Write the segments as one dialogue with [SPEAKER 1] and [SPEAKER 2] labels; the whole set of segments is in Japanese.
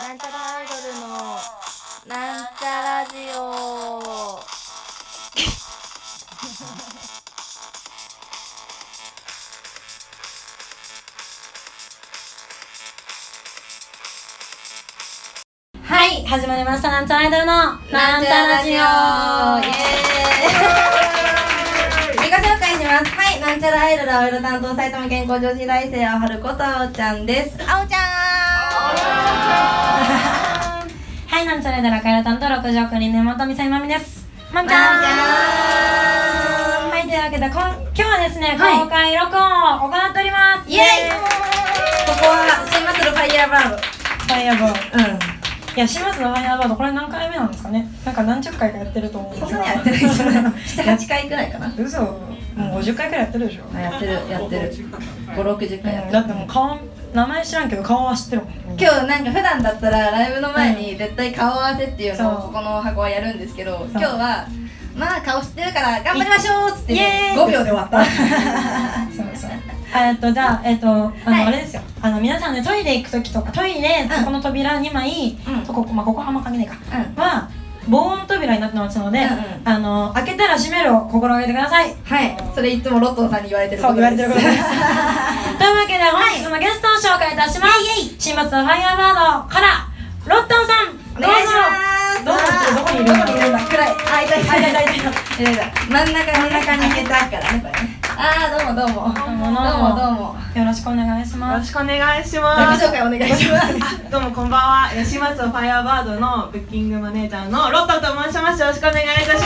[SPEAKER 1] なんちゃらアイドルのなんちゃラジオ
[SPEAKER 2] はい、始まりました、なんちゃらアイドルの、なんちゃラジオ
[SPEAKER 1] イ
[SPEAKER 2] イエーイ自己紹介します。はい、なんちゃらアイドル青色担当、埼玉健康女子大生、はることあおちゃんです。
[SPEAKER 1] あおちゃん
[SPEAKER 2] はい、なんちゃらアイドル赤色担当、六条くり根本美咲まみです。まみちゃん
[SPEAKER 1] まみちゃん
[SPEAKER 2] はい、というわけで、こん今日はですね、
[SPEAKER 1] はい
[SPEAKER 2] 公開録音を行っております。
[SPEAKER 1] イエーイ
[SPEAKER 2] ここは、新松のファイヤーバード。ファイヤーバード。
[SPEAKER 1] うん
[SPEAKER 2] いや、島津のファイヤーバード、これ何回目なんですかねなんか何十回かやってると思うんで
[SPEAKER 1] そ
[SPEAKER 2] す
[SPEAKER 1] ん
[SPEAKER 2] け
[SPEAKER 1] な
[SPEAKER 2] ど
[SPEAKER 1] にやってないじゃない78回く らいかな
[SPEAKER 2] 嘘もう50回くらいやってるでしょ、
[SPEAKER 1] あやってるやってる560回やって
[SPEAKER 2] だ
[SPEAKER 1] る
[SPEAKER 2] ってもう顔名前知らんけど顔は知ってるもん今
[SPEAKER 1] 今日なんか普段だったらライブの前に絶対顔合わせっていうのを
[SPEAKER 2] そう
[SPEAKER 1] ここの箱はやるんですけど今
[SPEAKER 2] そう
[SPEAKER 1] 日はまあ顔知ってるから頑張りましょうっつって
[SPEAKER 2] イエーイ
[SPEAKER 1] 5秒で終わった
[SPEAKER 2] そうそうえっとじゃあえっとあの、
[SPEAKER 1] はい
[SPEAKER 2] あれですよあの皆さんねトイレ行く時とかトイレ、
[SPEAKER 1] ん
[SPEAKER 2] そこの扉2枚、
[SPEAKER 1] うん
[SPEAKER 2] とここまあここはあんま関係ないか
[SPEAKER 1] うん
[SPEAKER 2] は防音扉になってますので、
[SPEAKER 1] うんうん
[SPEAKER 2] あの開けたら閉めるを心がけてください
[SPEAKER 1] はいそれいつもロットンさんに言われてる
[SPEAKER 2] そう言われてることですというわけで本
[SPEAKER 1] はい
[SPEAKER 2] 日のゲストを紹介いたします、新松のファイヤーバードからロットンさん
[SPEAKER 1] お願いします
[SPEAKER 2] どうぞどこにいる
[SPEAKER 1] ど
[SPEAKER 2] の
[SPEAKER 1] こにいるんだ暗いあいたいた
[SPEAKER 2] はいい
[SPEAKER 1] た
[SPEAKER 2] はい
[SPEAKER 1] た
[SPEAKER 2] いはいい
[SPEAKER 1] た
[SPEAKER 2] はい
[SPEAKER 1] いたいた真ん中に真ん中に開けたからねこれねあーどうもどうもど
[SPEAKER 2] ど
[SPEAKER 1] う
[SPEAKER 2] う
[SPEAKER 1] も
[SPEAKER 2] も
[SPEAKER 1] ど
[SPEAKER 2] どうも
[SPEAKER 1] うも
[SPEAKER 2] よろしくお願いし
[SPEAKER 3] よ
[SPEAKER 2] ま
[SPEAKER 3] ろ
[SPEAKER 2] す。
[SPEAKER 3] しくお願いしま
[SPEAKER 1] 自
[SPEAKER 3] す
[SPEAKER 1] 己紹介お願いします
[SPEAKER 3] どうもこんばんは吉松ファイアーバードのブッキングマネージャーのロッタと申しますよろしくお願いいたします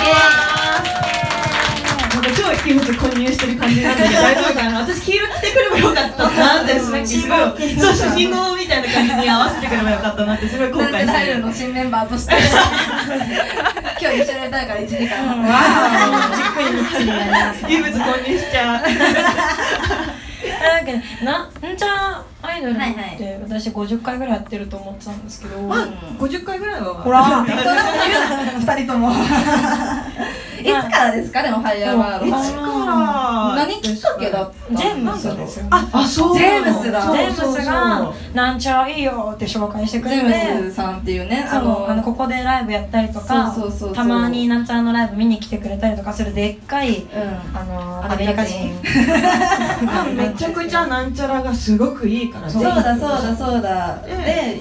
[SPEAKER 3] なんか超気持ち混入してる感じなんで大丈夫かな私黄色着てくればよかったなってすごい
[SPEAKER 1] 信号機
[SPEAKER 3] そうそう信号みたいな感じに合わせてくればよかったなってすごい後
[SPEAKER 1] なん
[SPEAKER 3] 悔
[SPEAKER 1] て
[SPEAKER 3] して
[SPEAKER 1] 大
[SPEAKER 3] る
[SPEAKER 1] ルの新メンバーと して今日一緒に歌うから1時間、
[SPEAKER 2] わあ、じっくりみっちりやります。
[SPEAKER 3] 異物混入しちゃう
[SPEAKER 2] というわけで、なんちゃらアイドルっ
[SPEAKER 1] はいはい
[SPEAKER 2] て私50回ぐらいやってると思ってたんですけど、
[SPEAKER 3] 50回ぐらいは
[SPEAKER 2] ほら、
[SPEAKER 1] そんなこと言うな二人とも いつからですかでもファイヤーワー
[SPEAKER 3] い
[SPEAKER 1] ル
[SPEAKER 3] つ
[SPEAKER 1] ド
[SPEAKER 2] そ
[SPEAKER 3] か
[SPEAKER 2] う
[SPEAKER 3] ら
[SPEAKER 1] 何きっかけだった
[SPEAKER 2] ジェームスですよね。
[SPEAKER 3] あ、あ、そう
[SPEAKER 1] ジェームスだ
[SPEAKER 2] ジェームスが
[SPEAKER 3] そうそうそう
[SPEAKER 2] なんちゃらいいよって紹介してく
[SPEAKER 1] ジ
[SPEAKER 2] れ
[SPEAKER 1] ェ
[SPEAKER 2] て、
[SPEAKER 1] ームスさんっていうね
[SPEAKER 2] そうあのここでライブやったりとか
[SPEAKER 1] そうそうそうそう
[SPEAKER 2] たまになんちゃらのライブ見に来てくれたりとかするでっかい
[SPEAKER 1] うん
[SPEAKER 2] あの
[SPEAKER 1] ア
[SPEAKER 2] ア
[SPEAKER 1] メ
[SPEAKER 2] メ
[SPEAKER 1] リ
[SPEAKER 2] リ
[SPEAKER 1] カ
[SPEAKER 2] カ
[SPEAKER 1] 人
[SPEAKER 2] 人
[SPEAKER 3] めちゃくちゃなんちゃらがすごくいいから
[SPEAKER 1] そうだそうだそうだ、
[SPEAKER 3] え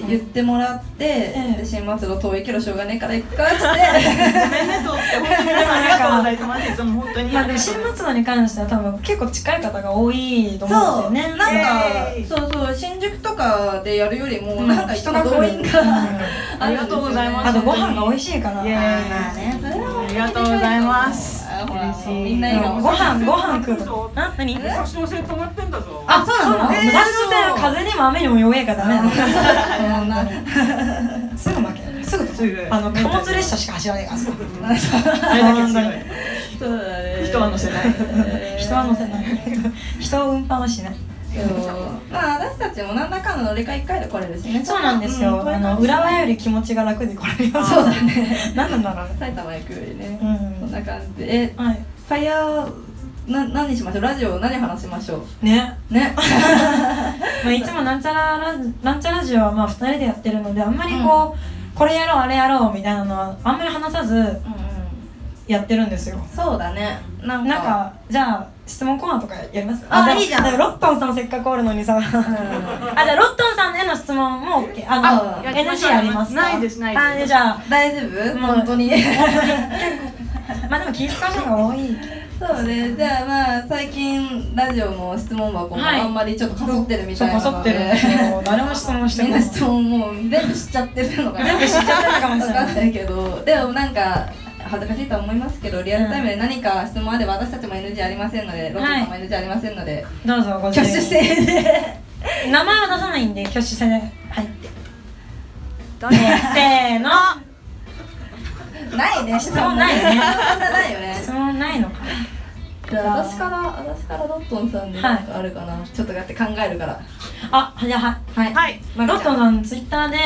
[SPEAKER 1] で言ってもらって、
[SPEAKER 2] え
[SPEAKER 1] で新松戸遠いけどしょうがねえから行くかっつって
[SPEAKER 3] ごめんねとって本当にありがとうございま すいつも本当に
[SPEAKER 2] まあでも新松戸に関しては多分結構近い方が多 いと思うんですよ
[SPEAKER 1] な
[SPEAKER 2] ね。
[SPEAKER 1] んか、
[SPEAKER 3] イエーイ
[SPEAKER 1] そうそう新宿とかでやるよりも、
[SPEAKER 2] うん
[SPEAKER 1] なんか人
[SPEAKER 2] 人
[SPEAKER 1] が
[SPEAKER 2] が来る
[SPEAKER 1] 動員が、
[SPEAKER 3] ありがとうございます
[SPEAKER 2] あとご飯が美味しいから。
[SPEAKER 3] イエーイ
[SPEAKER 1] まあねそれは
[SPEAKER 3] ありがとうございます
[SPEAKER 1] あほら
[SPEAKER 3] 嬉しい
[SPEAKER 1] みんな笑顔
[SPEAKER 2] ご飯ご飯食うとな何
[SPEAKER 4] 武蔵野線止まってんだぞ
[SPEAKER 2] あそうなの
[SPEAKER 1] えー
[SPEAKER 2] 武蔵野線は風にも雨にも弱えからダメなの
[SPEAKER 1] そうな
[SPEAKER 2] すぐ負けすぐ
[SPEAKER 3] すぐ
[SPEAKER 2] あの貨物列車しか走らないからさ
[SPEAKER 3] あれだけ強い
[SPEAKER 1] そうだね
[SPEAKER 3] 人は乗せ ない
[SPEAKER 2] 人は乗せない人は運搬はしない
[SPEAKER 1] そうまあ私たちもなんだかんだ乗り換え1回で来れるしね
[SPEAKER 2] そうなんですよあの浦和より気持ちが楽でこれよ
[SPEAKER 1] そうだね
[SPEAKER 2] 何 なんだろうね
[SPEAKER 1] 埼玉行くよりね、そん
[SPEAKER 2] う
[SPEAKER 1] な感じでえ
[SPEAKER 2] んはい
[SPEAKER 1] ファイヤーな何にしましょうラジオ何話しましょ
[SPEAKER 2] ね
[SPEAKER 1] うね
[SPEAKER 2] まあ、いつもなんちゃらラジなんちゃラジオはまあ2人でやってるのであんまりこう、これやろうあれやろうみたいなのはあんまり話さず
[SPEAKER 1] うんうん
[SPEAKER 2] やってるんですよ
[SPEAKER 1] そうだねなんか
[SPEAKER 2] なんかじゃあ質問コーナーとかやります
[SPEAKER 1] あ
[SPEAKER 2] でも
[SPEAKER 1] いいじゃん
[SPEAKER 2] でもロットンさんせっかくおるのに さあじ
[SPEAKER 1] うん
[SPEAKER 2] ゃあロットンさんへの質問も OK あの
[SPEAKER 1] あ
[SPEAKER 2] NG ありますか
[SPEAKER 3] ないですないです
[SPEAKER 2] あじゃあ
[SPEAKER 1] 大丈夫
[SPEAKER 2] もう
[SPEAKER 1] 本当に
[SPEAKER 2] まあでも気遣う人が多い
[SPEAKER 1] そうねじゃあまあ最近ラジオの質問箱も
[SPEAKER 2] はい
[SPEAKER 1] あんまりちょっとかそってるみたいな
[SPEAKER 2] そうかそ
[SPEAKER 1] の
[SPEAKER 2] って
[SPEAKER 1] で、
[SPEAKER 2] るんですよ誰も質問して
[SPEAKER 1] みん
[SPEAKER 2] こ
[SPEAKER 1] な
[SPEAKER 2] な
[SPEAKER 1] い質問もう全部知っちゃってるのかな
[SPEAKER 2] 全部知っちゃってるかもしれ
[SPEAKER 1] わ か
[SPEAKER 2] な
[SPEAKER 1] ん
[SPEAKER 2] い
[SPEAKER 1] ないけどでもなんか恥ずかしいとは思いますけどリアルタイムで何か質問あれば私たちも NG ありませんので、ロッチさんも NG ありませんので、
[SPEAKER 2] どうぞご
[SPEAKER 1] 挙手
[SPEAKER 2] 自由に
[SPEAKER 1] 制で
[SPEAKER 2] 名前は出さないんで挙手制で入ってせーの
[SPEAKER 1] ないね質問
[SPEAKER 2] ないね
[SPEAKER 1] そんなないよね
[SPEAKER 2] 質問ないのか
[SPEAKER 1] じゃあ私から私からロットンさんでなんかあるかな、ちょっとだって考えるから
[SPEAKER 2] あじゃあはい
[SPEAKER 1] はい、
[SPEAKER 3] はい
[SPEAKER 1] まみ
[SPEAKER 2] ロ
[SPEAKER 1] ち
[SPEAKER 2] ッ
[SPEAKER 1] ゃ
[SPEAKER 2] ト
[SPEAKER 1] ん
[SPEAKER 2] さんツイッターで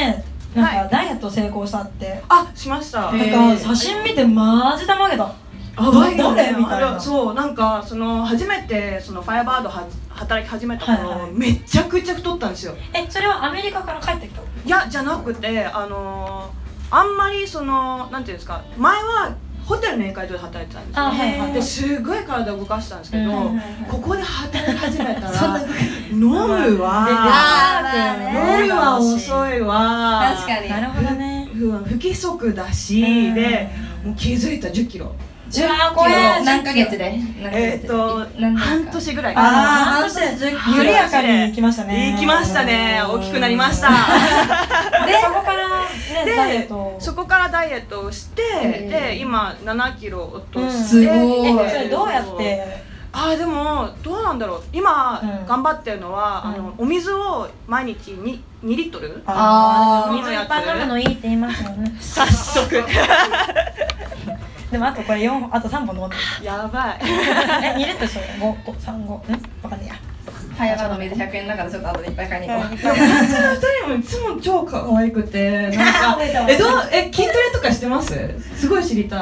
[SPEAKER 2] な
[SPEAKER 3] は
[SPEAKER 2] んかダイエット成功したって、
[SPEAKER 3] あ、しました
[SPEAKER 1] へー
[SPEAKER 2] なんか写真見てマジたまげた
[SPEAKER 3] あ、わいよね
[SPEAKER 2] 誰みたいな
[SPEAKER 3] あれそう、なんかその初めてそのファイアバードは働き始めた頃、
[SPEAKER 2] はいはい
[SPEAKER 3] めちゃくちゃ太ったんですよ
[SPEAKER 2] えそれはアメリカから帰ってきた
[SPEAKER 3] いやじゃなくてあのーあんまりそのなんていうんですか前はホテルの宴会場で働いてたんですよ
[SPEAKER 2] あはいはい
[SPEAKER 3] ですごい体を動かしてたんですけど、
[SPEAKER 2] うんはい
[SPEAKER 3] ここで働き始めた
[SPEAKER 1] そんな
[SPEAKER 3] ら飲むわ
[SPEAKER 1] あーまあね
[SPEAKER 3] 飲むは遅いわ
[SPEAKER 1] 確かに
[SPEAKER 2] なるほどね
[SPEAKER 3] ふ不規則だし、でもう気づいた1 0キロ
[SPEAKER 2] 10
[SPEAKER 1] こ
[SPEAKER 2] 個
[SPEAKER 1] れ
[SPEAKER 2] や
[SPEAKER 1] 何ヶ月で
[SPEAKER 3] えーっ、と
[SPEAKER 1] 何ヶ月
[SPEAKER 3] 半年ぐらい
[SPEAKER 2] あー
[SPEAKER 1] 半年で10キロ
[SPEAKER 2] 緩やかに行きましたね
[SPEAKER 3] 行きましたね大きくなりました
[SPEAKER 2] でそこからね
[SPEAKER 3] で
[SPEAKER 2] ダイエットを
[SPEAKER 3] そこからダイエットをして、
[SPEAKER 1] ん
[SPEAKER 3] で今7キロ落として、
[SPEAKER 1] すごい
[SPEAKER 2] えそれどうやって
[SPEAKER 3] あーでもどうなんだろう今、
[SPEAKER 2] うん
[SPEAKER 3] 頑張ってるのは、
[SPEAKER 2] うん
[SPEAKER 3] あのお水を毎日に2リットル
[SPEAKER 1] あー
[SPEAKER 2] 水いっぱい飲むのいいって言いますよね
[SPEAKER 3] 早速
[SPEAKER 2] でもあとこれ四本あと三本飲 んでる
[SPEAKER 3] やばい
[SPEAKER 2] え二リットルしよう五五三五んわかんないや
[SPEAKER 1] 早場の水100円だからちょっと後でいっぱい買いに行こう
[SPEAKER 3] うちの2人もいつも超可愛くてなんか
[SPEAKER 2] 覚えてます
[SPEAKER 3] えどうえ筋トレとかしてますすごい知りたい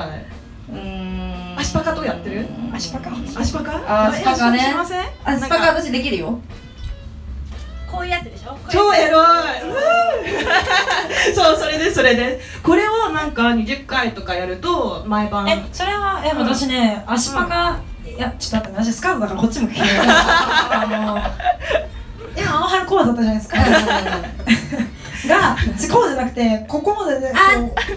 [SPEAKER 3] う
[SPEAKER 1] ーん
[SPEAKER 3] 足パカとかやってる
[SPEAKER 2] 足パカ
[SPEAKER 3] 足パカ
[SPEAKER 1] あー足パカね
[SPEAKER 3] えしません
[SPEAKER 1] 足パカ
[SPEAKER 3] なんか
[SPEAKER 1] 私できるよ
[SPEAKER 5] こういうやつでしょ
[SPEAKER 3] 超エロい そうそれですそれですこれをなんか20回とかやると毎晩
[SPEAKER 2] えそれはえ私ね足パカいやちょっと待って私スカートだからこっち向けてあの今青春講座だったじゃないですか がこうじゃなくてここまででこう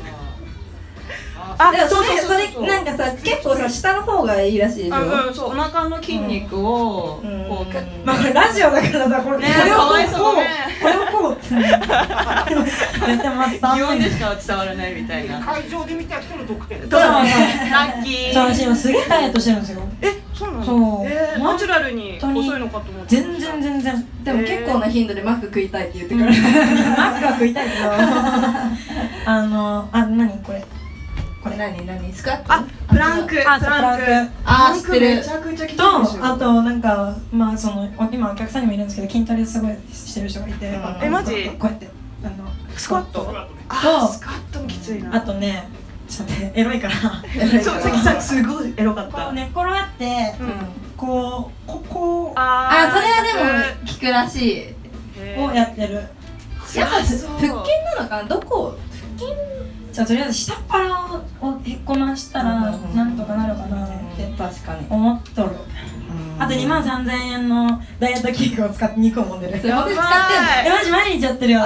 [SPEAKER 3] あ
[SPEAKER 1] でもそれ
[SPEAKER 3] う
[SPEAKER 1] そうれ
[SPEAKER 3] うう
[SPEAKER 1] なんかさ結構さ下の方がいいらしいよ
[SPEAKER 3] あうんそうお腹の筋肉を
[SPEAKER 1] うん
[SPEAKER 3] こうけ
[SPEAKER 1] うん
[SPEAKER 2] まあこれラジオだからさこれ
[SPEAKER 3] ね
[SPEAKER 2] これを
[SPEAKER 3] か
[SPEAKER 2] こ
[SPEAKER 3] わいそうね
[SPEAKER 2] うこれをこうってやってもらってた
[SPEAKER 3] 擬音でしか伝わらないみたいな
[SPEAKER 4] 会場で見た人の得点
[SPEAKER 3] そう
[SPEAKER 2] そう
[SPEAKER 3] ラッキ
[SPEAKER 2] じゃあ
[SPEAKER 3] ー
[SPEAKER 2] 私今すげえダイエットしてるんですよ
[SPEAKER 3] えそうなの
[SPEAKER 2] そう
[SPEAKER 3] え
[SPEAKER 2] 本当
[SPEAKER 3] ー
[SPEAKER 2] に
[SPEAKER 3] ナチュラルに細いのかと思って
[SPEAKER 2] 全然全然
[SPEAKER 1] でも結構な頻度でマック食いたいって言ってくれる
[SPEAKER 2] マックは食いたいけどあのあ何これ
[SPEAKER 1] これ何何スクワット
[SPEAKER 3] あプランクプ
[SPEAKER 2] あそう
[SPEAKER 3] ランク
[SPEAKER 2] プランク
[SPEAKER 1] あー
[SPEAKER 3] プ
[SPEAKER 1] 知
[SPEAKER 3] ランク
[SPEAKER 1] ってる
[SPEAKER 3] めちゃくちゃきついん
[SPEAKER 2] と
[SPEAKER 3] ですよ
[SPEAKER 2] あとなんかまあそのお今お客さんにもいるんですけど筋トレすごいしてる人がいて、
[SPEAKER 1] うん
[SPEAKER 2] あの
[SPEAKER 3] えマジ
[SPEAKER 2] こうやってあの
[SPEAKER 3] スクワット
[SPEAKER 2] と
[SPEAKER 3] あスクワットもきついな
[SPEAKER 2] あとねちょっとねエロいから
[SPEAKER 3] そうさっきさすごいエロかっ
[SPEAKER 2] こ
[SPEAKER 3] た
[SPEAKER 2] う寝っ転がって
[SPEAKER 3] う
[SPEAKER 1] うんん
[SPEAKER 2] こうここ
[SPEAKER 1] あ
[SPEAKER 3] あ
[SPEAKER 1] それはでも効くらしい
[SPEAKER 2] をやってる
[SPEAKER 1] やっぱ腹筋
[SPEAKER 3] そう
[SPEAKER 1] なのかなどこ
[SPEAKER 2] じゃあとりあえず下っ腹をへっこましたら
[SPEAKER 1] うん
[SPEAKER 2] なんとかなるかなって
[SPEAKER 1] 確かに
[SPEAKER 2] 思っとるあと2万3000円のダイエット器具を使って肉を飲んでる
[SPEAKER 1] それ本当に使っ
[SPEAKER 2] えマジ毎日やってるよ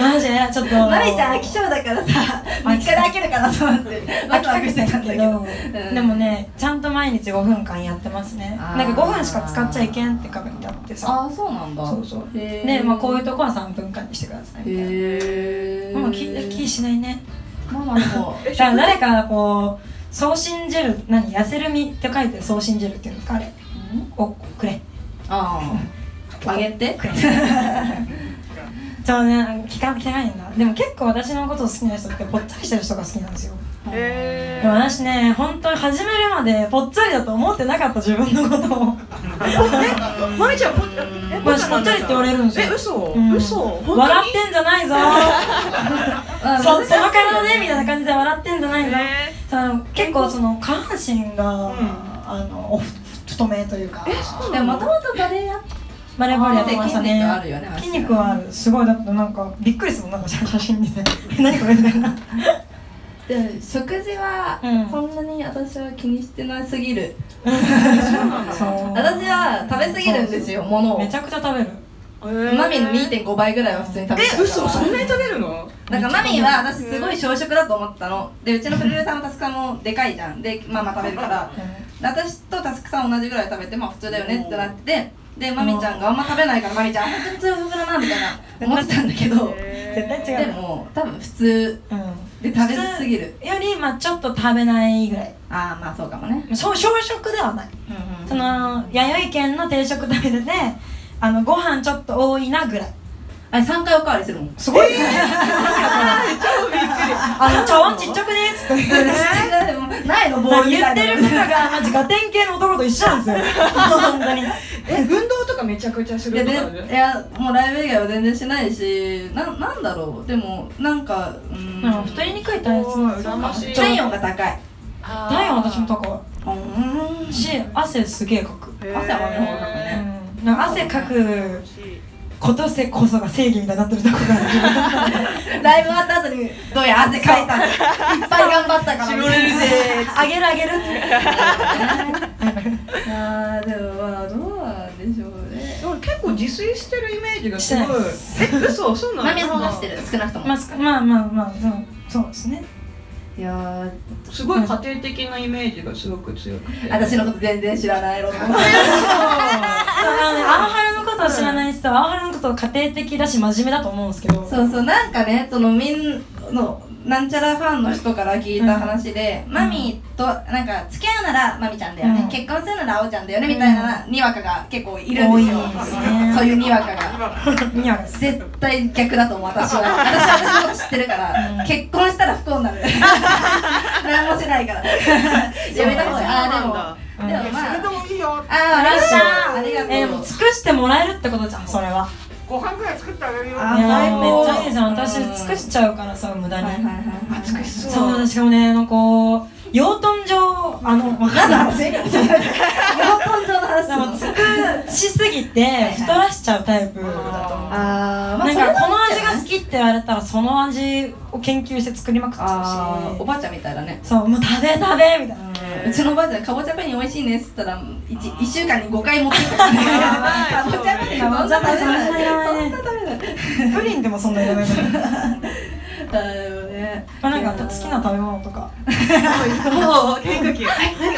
[SPEAKER 2] マジいやちょっと
[SPEAKER 1] てんのマリちゃん飽き性だから さ3日で飽きるかなと思ってワクワクしてたんだけどうん
[SPEAKER 2] でもねちゃんと毎日5分間やってますね
[SPEAKER 1] あー
[SPEAKER 2] なんか5分しか使っちゃいけんって書いてあってさ
[SPEAKER 1] ああそうなんだ
[SPEAKER 2] そうそう
[SPEAKER 1] へー
[SPEAKER 2] で、まあ、こういうとこは3分間にしてくださいみたい
[SPEAKER 1] へ
[SPEAKER 2] な
[SPEAKER 1] え
[SPEAKER 2] ママ気気しないね
[SPEAKER 1] ママ も
[SPEAKER 2] だから誰かがこう送信ジェル何痩せるみって書いて送信ジェルっていうんですかあれをくれ
[SPEAKER 1] あああげて
[SPEAKER 2] くれそうね聞か聞かないんだでも結構私のことを好きな人ってぽっちゃりしてる人が好きなんですよ
[SPEAKER 3] へ
[SPEAKER 2] でも私ね本当に始めるまでぽっちゃりだと思ってなかった自分のことを
[SPEAKER 3] えまみちゃんぽっえぽっちゃり
[SPEAKER 2] ぽっちゃりって言われるんですよ
[SPEAKER 3] え嘘
[SPEAKER 2] うん
[SPEAKER 3] 嘘本当
[SPEAKER 2] 笑
[SPEAKER 3] に
[SPEAKER 2] ってんじゃない ぞそその体でみたいな感じで笑ってんじゃないぞ、
[SPEAKER 3] え
[SPEAKER 2] その結構その下半身が、
[SPEAKER 3] ん
[SPEAKER 2] あのおふ太めというか
[SPEAKER 3] そう
[SPEAKER 1] で
[SPEAKER 3] な
[SPEAKER 1] も
[SPEAKER 3] の
[SPEAKER 1] もともとバレエやっ
[SPEAKER 2] バレーボールやってました
[SPEAKER 1] 筋肉あ
[SPEAKER 2] ね
[SPEAKER 1] るよね
[SPEAKER 2] 筋肉はあるすごいだってなんかびっくりするもんなんか写真見て 何これみたいな
[SPEAKER 1] でも食事は
[SPEAKER 2] うん
[SPEAKER 1] そんなに私は気にしてなすぎる
[SPEAKER 2] そう
[SPEAKER 1] 私は食べすぎるんですよものを
[SPEAKER 2] めちゃくちゃ食べる
[SPEAKER 1] マミの
[SPEAKER 3] て
[SPEAKER 1] 2.5倍ぐらいは普通に食べちゃう
[SPEAKER 3] え嘘そん
[SPEAKER 1] な
[SPEAKER 3] なに食べるの
[SPEAKER 1] なんかマミは私すごい小食だと思ってたのでうちのプロデューサーもタスクさんもでかいじゃんでママ食べるから私とタスクさん同じぐらい食べてまあ普通だよねってなってでマミちゃんがあんま食べないからマミちゃん本当に普通普通だなみたいな思ってたんだけど
[SPEAKER 2] 絶対違う
[SPEAKER 1] でも多分普通
[SPEAKER 2] うん
[SPEAKER 1] で食べすぎる
[SPEAKER 2] よりまあちょっと食べないぐらい
[SPEAKER 1] ああまあそうかもね
[SPEAKER 2] そう小食ではないその弥生県の定食食べててあのご飯ちょっと多いなぐらい
[SPEAKER 1] あれ3回おかわりするもん
[SPEAKER 2] すごい、ねあの茶碗ちっちゃくねっつって
[SPEAKER 1] ないのボールみ
[SPEAKER 2] 言
[SPEAKER 1] た
[SPEAKER 2] っ
[SPEAKER 1] いな
[SPEAKER 2] てることがマジガテン系の男と一緒なんですよ本当に
[SPEAKER 3] え運動とかめちゃくちゃす
[SPEAKER 1] いや
[SPEAKER 3] るとかある
[SPEAKER 1] でいやもうライブ以外は全然しないしななんだろうでもなんかうーん
[SPEAKER 2] なんか太りにくい体質なんですよ
[SPEAKER 3] 羨ましい
[SPEAKER 1] 体温が高い
[SPEAKER 2] 体温私も高
[SPEAKER 1] うーん
[SPEAKER 2] いし汗すげえかく、
[SPEAKER 1] 朝はもうなんかね
[SPEAKER 2] うん汗かくことせこそが正義みたいになってるとこがある
[SPEAKER 1] ライブ終わった後に「どうや汗かいた」いっぱい頑張ったから」絞れるぜ
[SPEAKER 2] あげるあげる
[SPEAKER 1] あーでもまあどうなんでしょうね
[SPEAKER 3] でも結構自炊してるイメージがす
[SPEAKER 2] してないで
[SPEAKER 3] ごいえ嘘そうなの
[SPEAKER 1] マミヤさんはしてる少なくとも、
[SPEAKER 2] まあすまあまあまあそうそうですね
[SPEAKER 1] いやー
[SPEAKER 3] すごい家庭的なイメージがすごく強くて
[SPEAKER 1] 私のこと全然知らないろ
[SPEAKER 2] そうあのねアオハルのことを知らない人はアオハルのことを家庭的だし真面目だと思うんですけど
[SPEAKER 1] そうそうなんかねそのみんのなんちゃらファンの人から聞いた話で、マミとなんか付き合うならマミちゃんだよね、
[SPEAKER 2] うん
[SPEAKER 1] 結婚するなら青ちゃんだよねみたいなにわかが結構いるんですよ
[SPEAKER 2] 多いですね
[SPEAKER 1] そういうにわかが
[SPEAKER 2] にゃんです
[SPEAKER 1] 絶対逆だと思う 私は私は私のこと知ってるから、
[SPEAKER 2] うん
[SPEAKER 1] 結婚したら不幸 になる何もしないからやめた方がいいあーでも、でもまあ
[SPEAKER 4] それでもいいよ
[SPEAKER 1] あーわかったありがとう、
[SPEAKER 2] えー、もう尽くしてもらえるってことじゃんそれは
[SPEAKER 4] ご飯ぐらい作ってあげるよ
[SPEAKER 2] いや
[SPEAKER 1] 最
[SPEAKER 2] ーめ
[SPEAKER 1] 高
[SPEAKER 2] っちゃいいじゃん私
[SPEAKER 1] うん
[SPEAKER 2] 尽くしちゃうからさ無駄に、
[SPEAKER 1] はいはいはいはい
[SPEAKER 3] 美しそう
[SPEAKER 2] そう しかもねあのこう養豚場あのなんだろう
[SPEAKER 1] 喜んじゃうの話
[SPEAKER 2] でも尽くしすぎて
[SPEAKER 1] い
[SPEAKER 2] 太らしちゃうタイプだと思う
[SPEAKER 1] あー、まあ、
[SPEAKER 2] なんかこの味が好
[SPEAKER 1] き
[SPEAKER 2] きって言われたらその味を研究して作りまくっちゃ
[SPEAKER 1] あーお
[SPEAKER 2] うし
[SPEAKER 1] ばあちゃんみたいだね
[SPEAKER 2] そうもう食べ食べみたいな
[SPEAKER 1] うちのおばあちゃんかぼちゃパイン美味しいねっつったら 1, 一週間に5回持ってきてかぼちゃパインそんな食べないそんな食べない
[SPEAKER 2] プリンでもそんないらないから
[SPEAKER 1] だよね
[SPEAKER 2] まあなんか好きな食べ物とか
[SPEAKER 3] もう変化球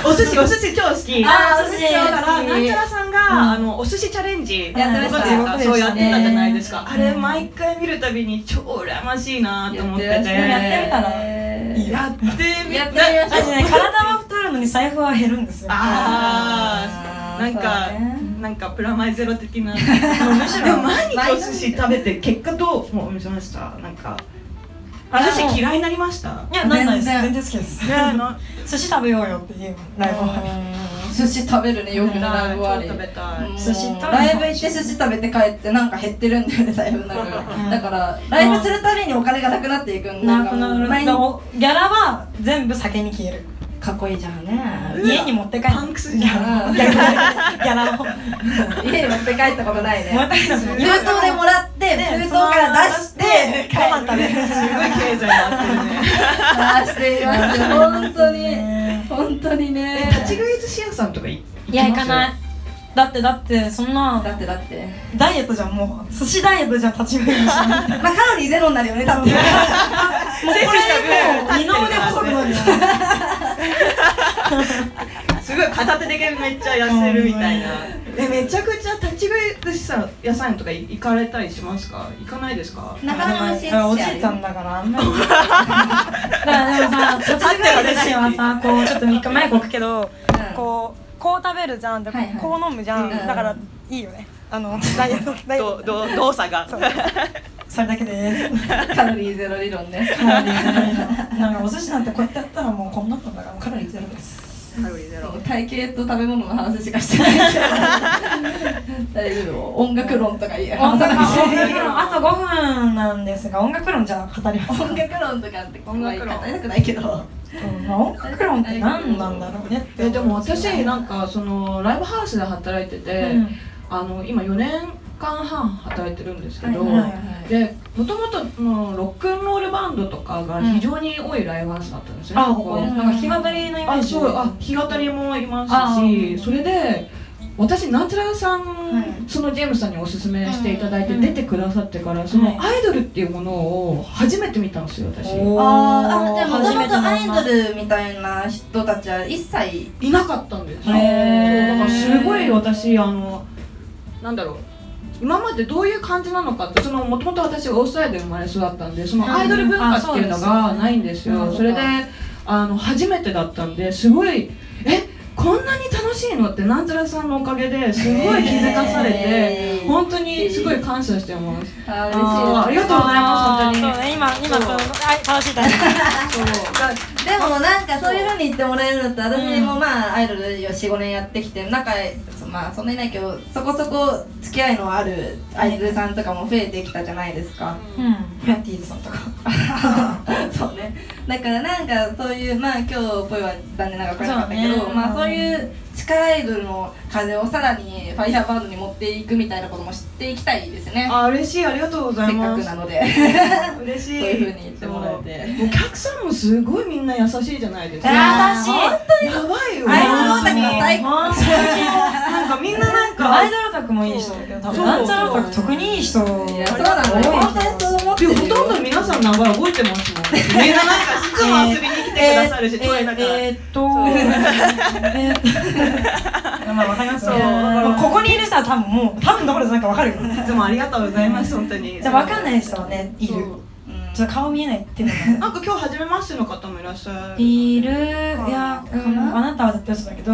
[SPEAKER 3] お寿司お寿司超好き
[SPEAKER 2] あーお寿司
[SPEAKER 3] だからなんちゃらさんが、
[SPEAKER 2] うん
[SPEAKER 3] あのお寿司チャレンジ
[SPEAKER 1] やってました
[SPEAKER 3] ご存知ですかそうやってたじゃないですか、
[SPEAKER 1] ね
[SPEAKER 3] あれ毎回見るたびに超羨ましいなと思ってて
[SPEAKER 1] やってましたね
[SPEAKER 2] やってみたらいいよ
[SPEAKER 3] やってみ
[SPEAKER 1] やってみましょう
[SPEAKER 2] あとね体は太るのに財布は減るんですよ
[SPEAKER 3] ああなんか、
[SPEAKER 1] そうね
[SPEAKER 3] なんかプラマイゼロ的 なでも毎日お寿司食べて結果どうもうしましたなんかお
[SPEAKER 2] あ
[SPEAKER 3] 寿司
[SPEAKER 2] い
[SPEAKER 3] 嫌いになりました
[SPEAKER 2] いやなんないです
[SPEAKER 1] 全然
[SPEAKER 2] 全然好きです
[SPEAKER 3] あの
[SPEAKER 2] 寿司食べようよっていうライブは
[SPEAKER 1] 寿司食べるねよくねライブ終わり
[SPEAKER 3] 食べたい
[SPEAKER 1] もう
[SPEAKER 2] 寿司食べた
[SPEAKER 1] ライブ行って寿司食べて帰ってなんか減ってるんだよね財布の中
[SPEAKER 2] うん
[SPEAKER 1] がだからライブするたびにお金がなくなっていくんだ
[SPEAKER 2] なくなる
[SPEAKER 1] 毎
[SPEAKER 2] で
[SPEAKER 1] 日
[SPEAKER 2] もギャラは全部酒に消える
[SPEAKER 1] かっこいいじゃんね
[SPEAKER 2] 家に持って帰る
[SPEAKER 3] パンクスじゃん
[SPEAKER 2] んギャラギャラを
[SPEAKER 1] 家に持って帰ったことないね
[SPEAKER 2] 持って帰る
[SPEAKER 1] 封筒でもらって封筒から出して
[SPEAKER 2] ご飯食べる
[SPEAKER 3] すごい経済があってるね
[SPEAKER 1] 出しています本当に本当に ね
[SPEAKER 3] 立ち食い寿司屋さんとか行
[SPEAKER 2] いや行かないだってだってそんな
[SPEAKER 1] だってだって
[SPEAKER 2] ダイエットじゃんもう寿司ダイエットじゃん立ち食いにし ない
[SPEAKER 1] まあカロリーゼロになるよね多分
[SPEAKER 2] もうこれもう二の腕細くなるよ
[SPEAKER 3] すごい片手でめっちゃ痩せるみたいなえめちゃくちゃ立ち食い寿司さん屋さんとか行かれたりしますか行かないですか
[SPEAKER 1] なかなか美味しい
[SPEAKER 2] おじいちゃんだからあんまりだからでもさ立ち食い寿司はさこうちょっと3日前に置くけどこうこう食べるじゃんで
[SPEAKER 1] はいはい
[SPEAKER 2] こう飲むじゃん
[SPEAKER 1] うんうん
[SPEAKER 2] だからいいよねあのダイエットダイエット
[SPEAKER 3] ど動作が
[SPEAKER 2] そうそれだけです
[SPEAKER 1] カロリーゼロ理論ね
[SPEAKER 2] カロリーゼロなんかお寿司なんてこうやってやったらもうこんなったんだからもうカロリーゼロです
[SPEAKER 3] カロリーゼロ
[SPEAKER 1] 体型と食べ物の話しかしてないけど大丈夫音楽論とかいい
[SPEAKER 2] 音
[SPEAKER 1] 話さ
[SPEAKER 2] 楽
[SPEAKER 1] な
[SPEAKER 2] 論
[SPEAKER 1] くていい
[SPEAKER 2] あと5分なんですが音楽論じゃあ語ります
[SPEAKER 1] 音楽論とかってこんな言い
[SPEAKER 3] 音楽論
[SPEAKER 1] 方やりたくないけど
[SPEAKER 2] うんまあ音楽論って何なんだろうねって
[SPEAKER 3] えでも私なんかそのライブハウスで働いて
[SPEAKER 2] う
[SPEAKER 3] て、
[SPEAKER 2] ん
[SPEAKER 3] あの今4年間半働いてるんですけど、
[SPEAKER 1] はい
[SPEAKER 2] はいは
[SPEAKER 3] でもともとロックンロールバンドとかが非常に多いライブハウスだったんですよね、
[SPEAKER 2] あこ
[SPEAKER 3] こ
[SPEAKER 2] こ
[SPEAKER 3] こ
[SPEAKER 2] なんか日渡りのイメー
[SPEAKER 3] あ
[SPEAKER 2] ジ
[SPEAKER 3] そうあ弾き語りもいま
[SPEAKER 2] あ
[SPEAKER 3] す
[SPEAKER 2] うん
[SPEAKER 3] しそれで私ナチュラルさん、
[SPEAKER 1] い
[SPEAKER 3] そのジェームスさんにおすすめしていただいて
[SPEAKER 2] うん
[SPEAKER 3] 出てくださってから、そ
[SPEAKER 2] はい
[SPEAKER 3] のアイドルっていうものを 初めて見たんですよ私
[SPEAKER 2] おー
[SPEAKER 1] あーあじゃあもとも
[SPEAKER 2] 初めての
[SPEAKER 1] と
[SPEAKER 2] ま
[SPEAKER 1] アイドルみたいな人たちは一切
[SPEAKER 3] いなかったんですよそうだ
[SPEAKER 2] へー
[SPEAKER 3] からすごい私あのなんだろう今までどういう感じなのかってそのもともと私オーストラリアで生まれ育ったんでそのアイドル文化っていうの
[SPEAKER 2] うんあ
[SPEAKER 3] がないんです
[SPEAKER 1] なる
[SPEAKER 3] よ
[SPEAKER 1] ほど
[SPEAKER 3] それであの初めてだったんですごいえこんなに楽しいのってなんちゃらさんのおかげですごい気づかされて
[SPEAKER 1] えー
[SPEAKER 3] 本当にすごい感謝してます
[SPEAKER 1] あ
[SPEAKER 3] あーあ
[SPEAKER 1] ー
[SPEAKER 3] り
[SPEAKER 1] 嬉しい
[SPEAKER 3] がとうございます本当に
[SPEAKER 2] そうね今今
[SPEAKER 3] そう
[SPEAKER 2] そうはい楽しい楽しい
[SPEAKER 3] そう
[SPEAKER 1] でもなんかそういうふうに言ってもらえるのって私も
[SPEAKER 2] うん
[SPEAKER 1] まあアイドル45年やってきて仲まあそんなにないけどそこそこ付き合いのあるアイドルさんとかも増えてきたじゃないですか、
[SPEAKER 2] うんフェアティーズさんとか
[SPEAKER 1] そうねだからなんかそういうまあ今日ぽいは残念ながら来れなかったけど
[SPEAKER 2] そうね
[SPEAKER 1] まあそういう地下アイドルの風をさらにファイヤーバードに持っていくみたいなことも知っていきたいですね
[SPEAKER 3] あ嬉しいありがとうござ
[SPEAKER 1] せ
[SPEAKER 3] い
[SPEAKER 1] っか
[SPEAKER 3] ま
[SPEAKER 1] く
[SPEAKER 3] す
[SPEAKER 1] なので
[SPEAKER 3] 嬉しい
[SPEAKER 1] そういう風に言ってもらえて
[SPEAKER 3] お客さんもすごいみんな優しいじゃないですかや
[SPEAKER 5] あー優しい
[SPEAKER 3] ばいよ
[SPEAKER 1] アイドルオタクが最高
[SPEAKER 2] 本当に
[SPEAKER 3] なんかみんななん
[SPEAKER 2] ア
[SPEAKER 3] か
[SPEAKER 2] イドルオタクもいい人だけど多
[SPEAKER 3] そ
[SPEAKER 2] 分
[SPEAKER 3] う
[SPEAKER 2] なんちゃらオタク特にいい人
[SPEAKER 1] いやそうなんだよ本当にそう思って
[SPEAKER 3] い
[SPEAKER 1] る
[SPEAKER 3] や
[SPEAKER 1] よ
[SPEAKER 3] ほとんど皆さん名前覚えてますも んみんななんかいつも遊びに来てくださるし、トイレだから、
[SPEAKER 2] えーえーっとえ ーまあわかりますけど
[SPEAKER 3] そう
[SPEAKER 2] ここにいる人は多分もう多分どころじゃなんかわかるよ
[SPEAKER 3] いつもありがとうございます本当に
[SPEAKER 2] でわかんない人はねいる
[SPEAKER 3] そ
[SPEAKER 1] う
[SPEAKER 3] う
[SPEAKER 1] ん
[SPEAKER 2] ちょっと顔見えないっていう のが
[SPEAKER 3] なんか今日初めましての方もいらっしゃる
[SPEAKER 2] いるいやうんあなたは絶対そうだけ ど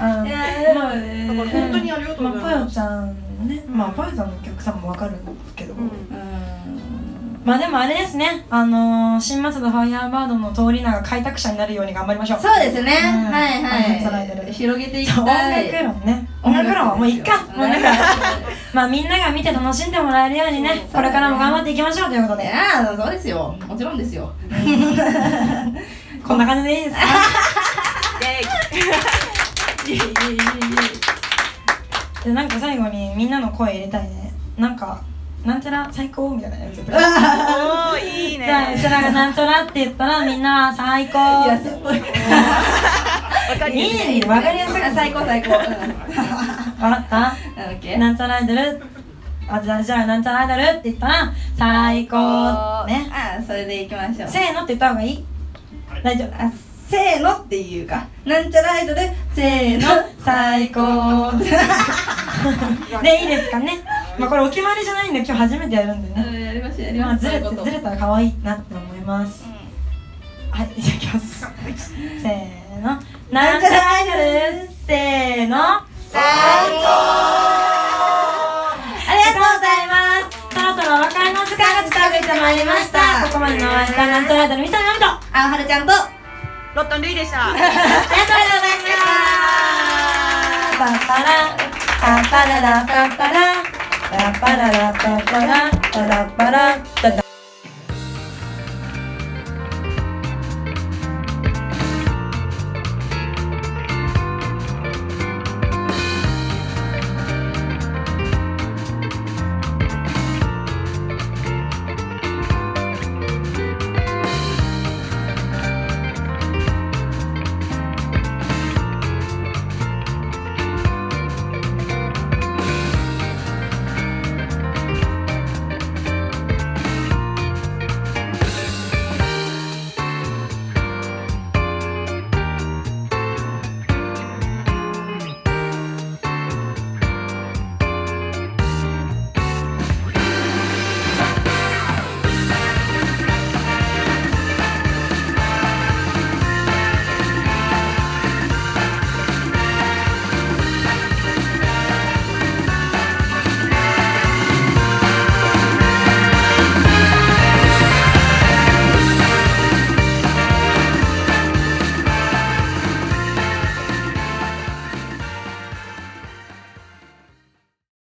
[SPEAKER 2] あの
[SPEAKER 1] いやでもね
[SPEAKER 3] だから本当にありがとう
[SPEAKER 2] ま
[SPEAKER 3] ご
[SPEAKER 2] あ、ぽ
[SPEAKER 3] ざい
[SPEAKER 2] よ
[SPEAKER 3] ます、
[SPEAKER 2] ちゃんのね、まあ、ぽよちゃんのお客さんもわかるけど、
[SPEAKER 3] うん
[SPEAKER 2] まあでもあれですね、あのー、新松戸ファイヤーバードの通り名が開拓者になるように頑張りましょう。
[SPEAKER 1] そうですね、
[SPEAKER 2] ん
[SPEAKER 1] はい
[SPEAKER 2] 頑張って
[SPEAKER 1] は
[SPEAKER 2] 捉えて
[SPEAKER 1] い
[SPEAKER 2] る
[SPEAKER 1] 広げていき
[SPEAKER 2] 音
[SPEAKER 1] たい
[SPEAKER 2] 楽論ね。音楽論はもういっ か。もうだから、まあみんなが見て楽しんでもらえるようにね、これからも頑張っていきましょうということ
[SPEAKER 1] い
[SPEAKER 2] で、
[SPEAKER 1] やそうですよもちろんですよ
[SPEAKER 2] こんな感じでいいですかで、なんか最後にみんなの声入れたいね。なんか、なんちゃら最高みたいなやつとか。
[SPEAKER 6] おーいい
[SPEAKER 2] じゃあ、うちらがなんちゃらって言ったらみんなは最高。
[SPEAKER 6] わか
[SPEAKER 2] いいね、わかりやすく
[SPEAKER 1] あ最高最高うん
[SPEAKER 2] 笑った
[SPEAKER 1] なんだっけ
[SPEAKER 2] なんちゃらアイドルあじゃあじゃあなんちゃらアイドルって言ったら最高ね
[SPEAKER 1] ああそれでいきましょう
[SPEAKER 2] せーのって言った方がいい大丈夫
[SPEAKER 1] あせーのっていうかなんちゃらアイドルせーの最高
[SPEAKER 2] でいいですかねまあこれお決まりじゃないんで今日初めてやるんでね
[SPEAKER 1] やりましょうやり
[SPEAKER 2] まあ
[SPEAKER 1] まし
[SPEAKER 2] ず
[SPEAKER 1] ょう
[SPEAKER 2] れてずれたら可愛いなって思いますはいじゃあいきます せーのなんちゃらアイドルせーのありがとうございますそろそろお別れの時間が近づいてまいりましたここまでのお相手はなんちゃらアイドルみさみなみとあ
[SPEAKER 1] あはるちゃんと
[SPEAKER 6] ロットンルイでした
[SPEAKER 2] りがとうございましたパパラパパララパパラパパララパパラパラパラパラ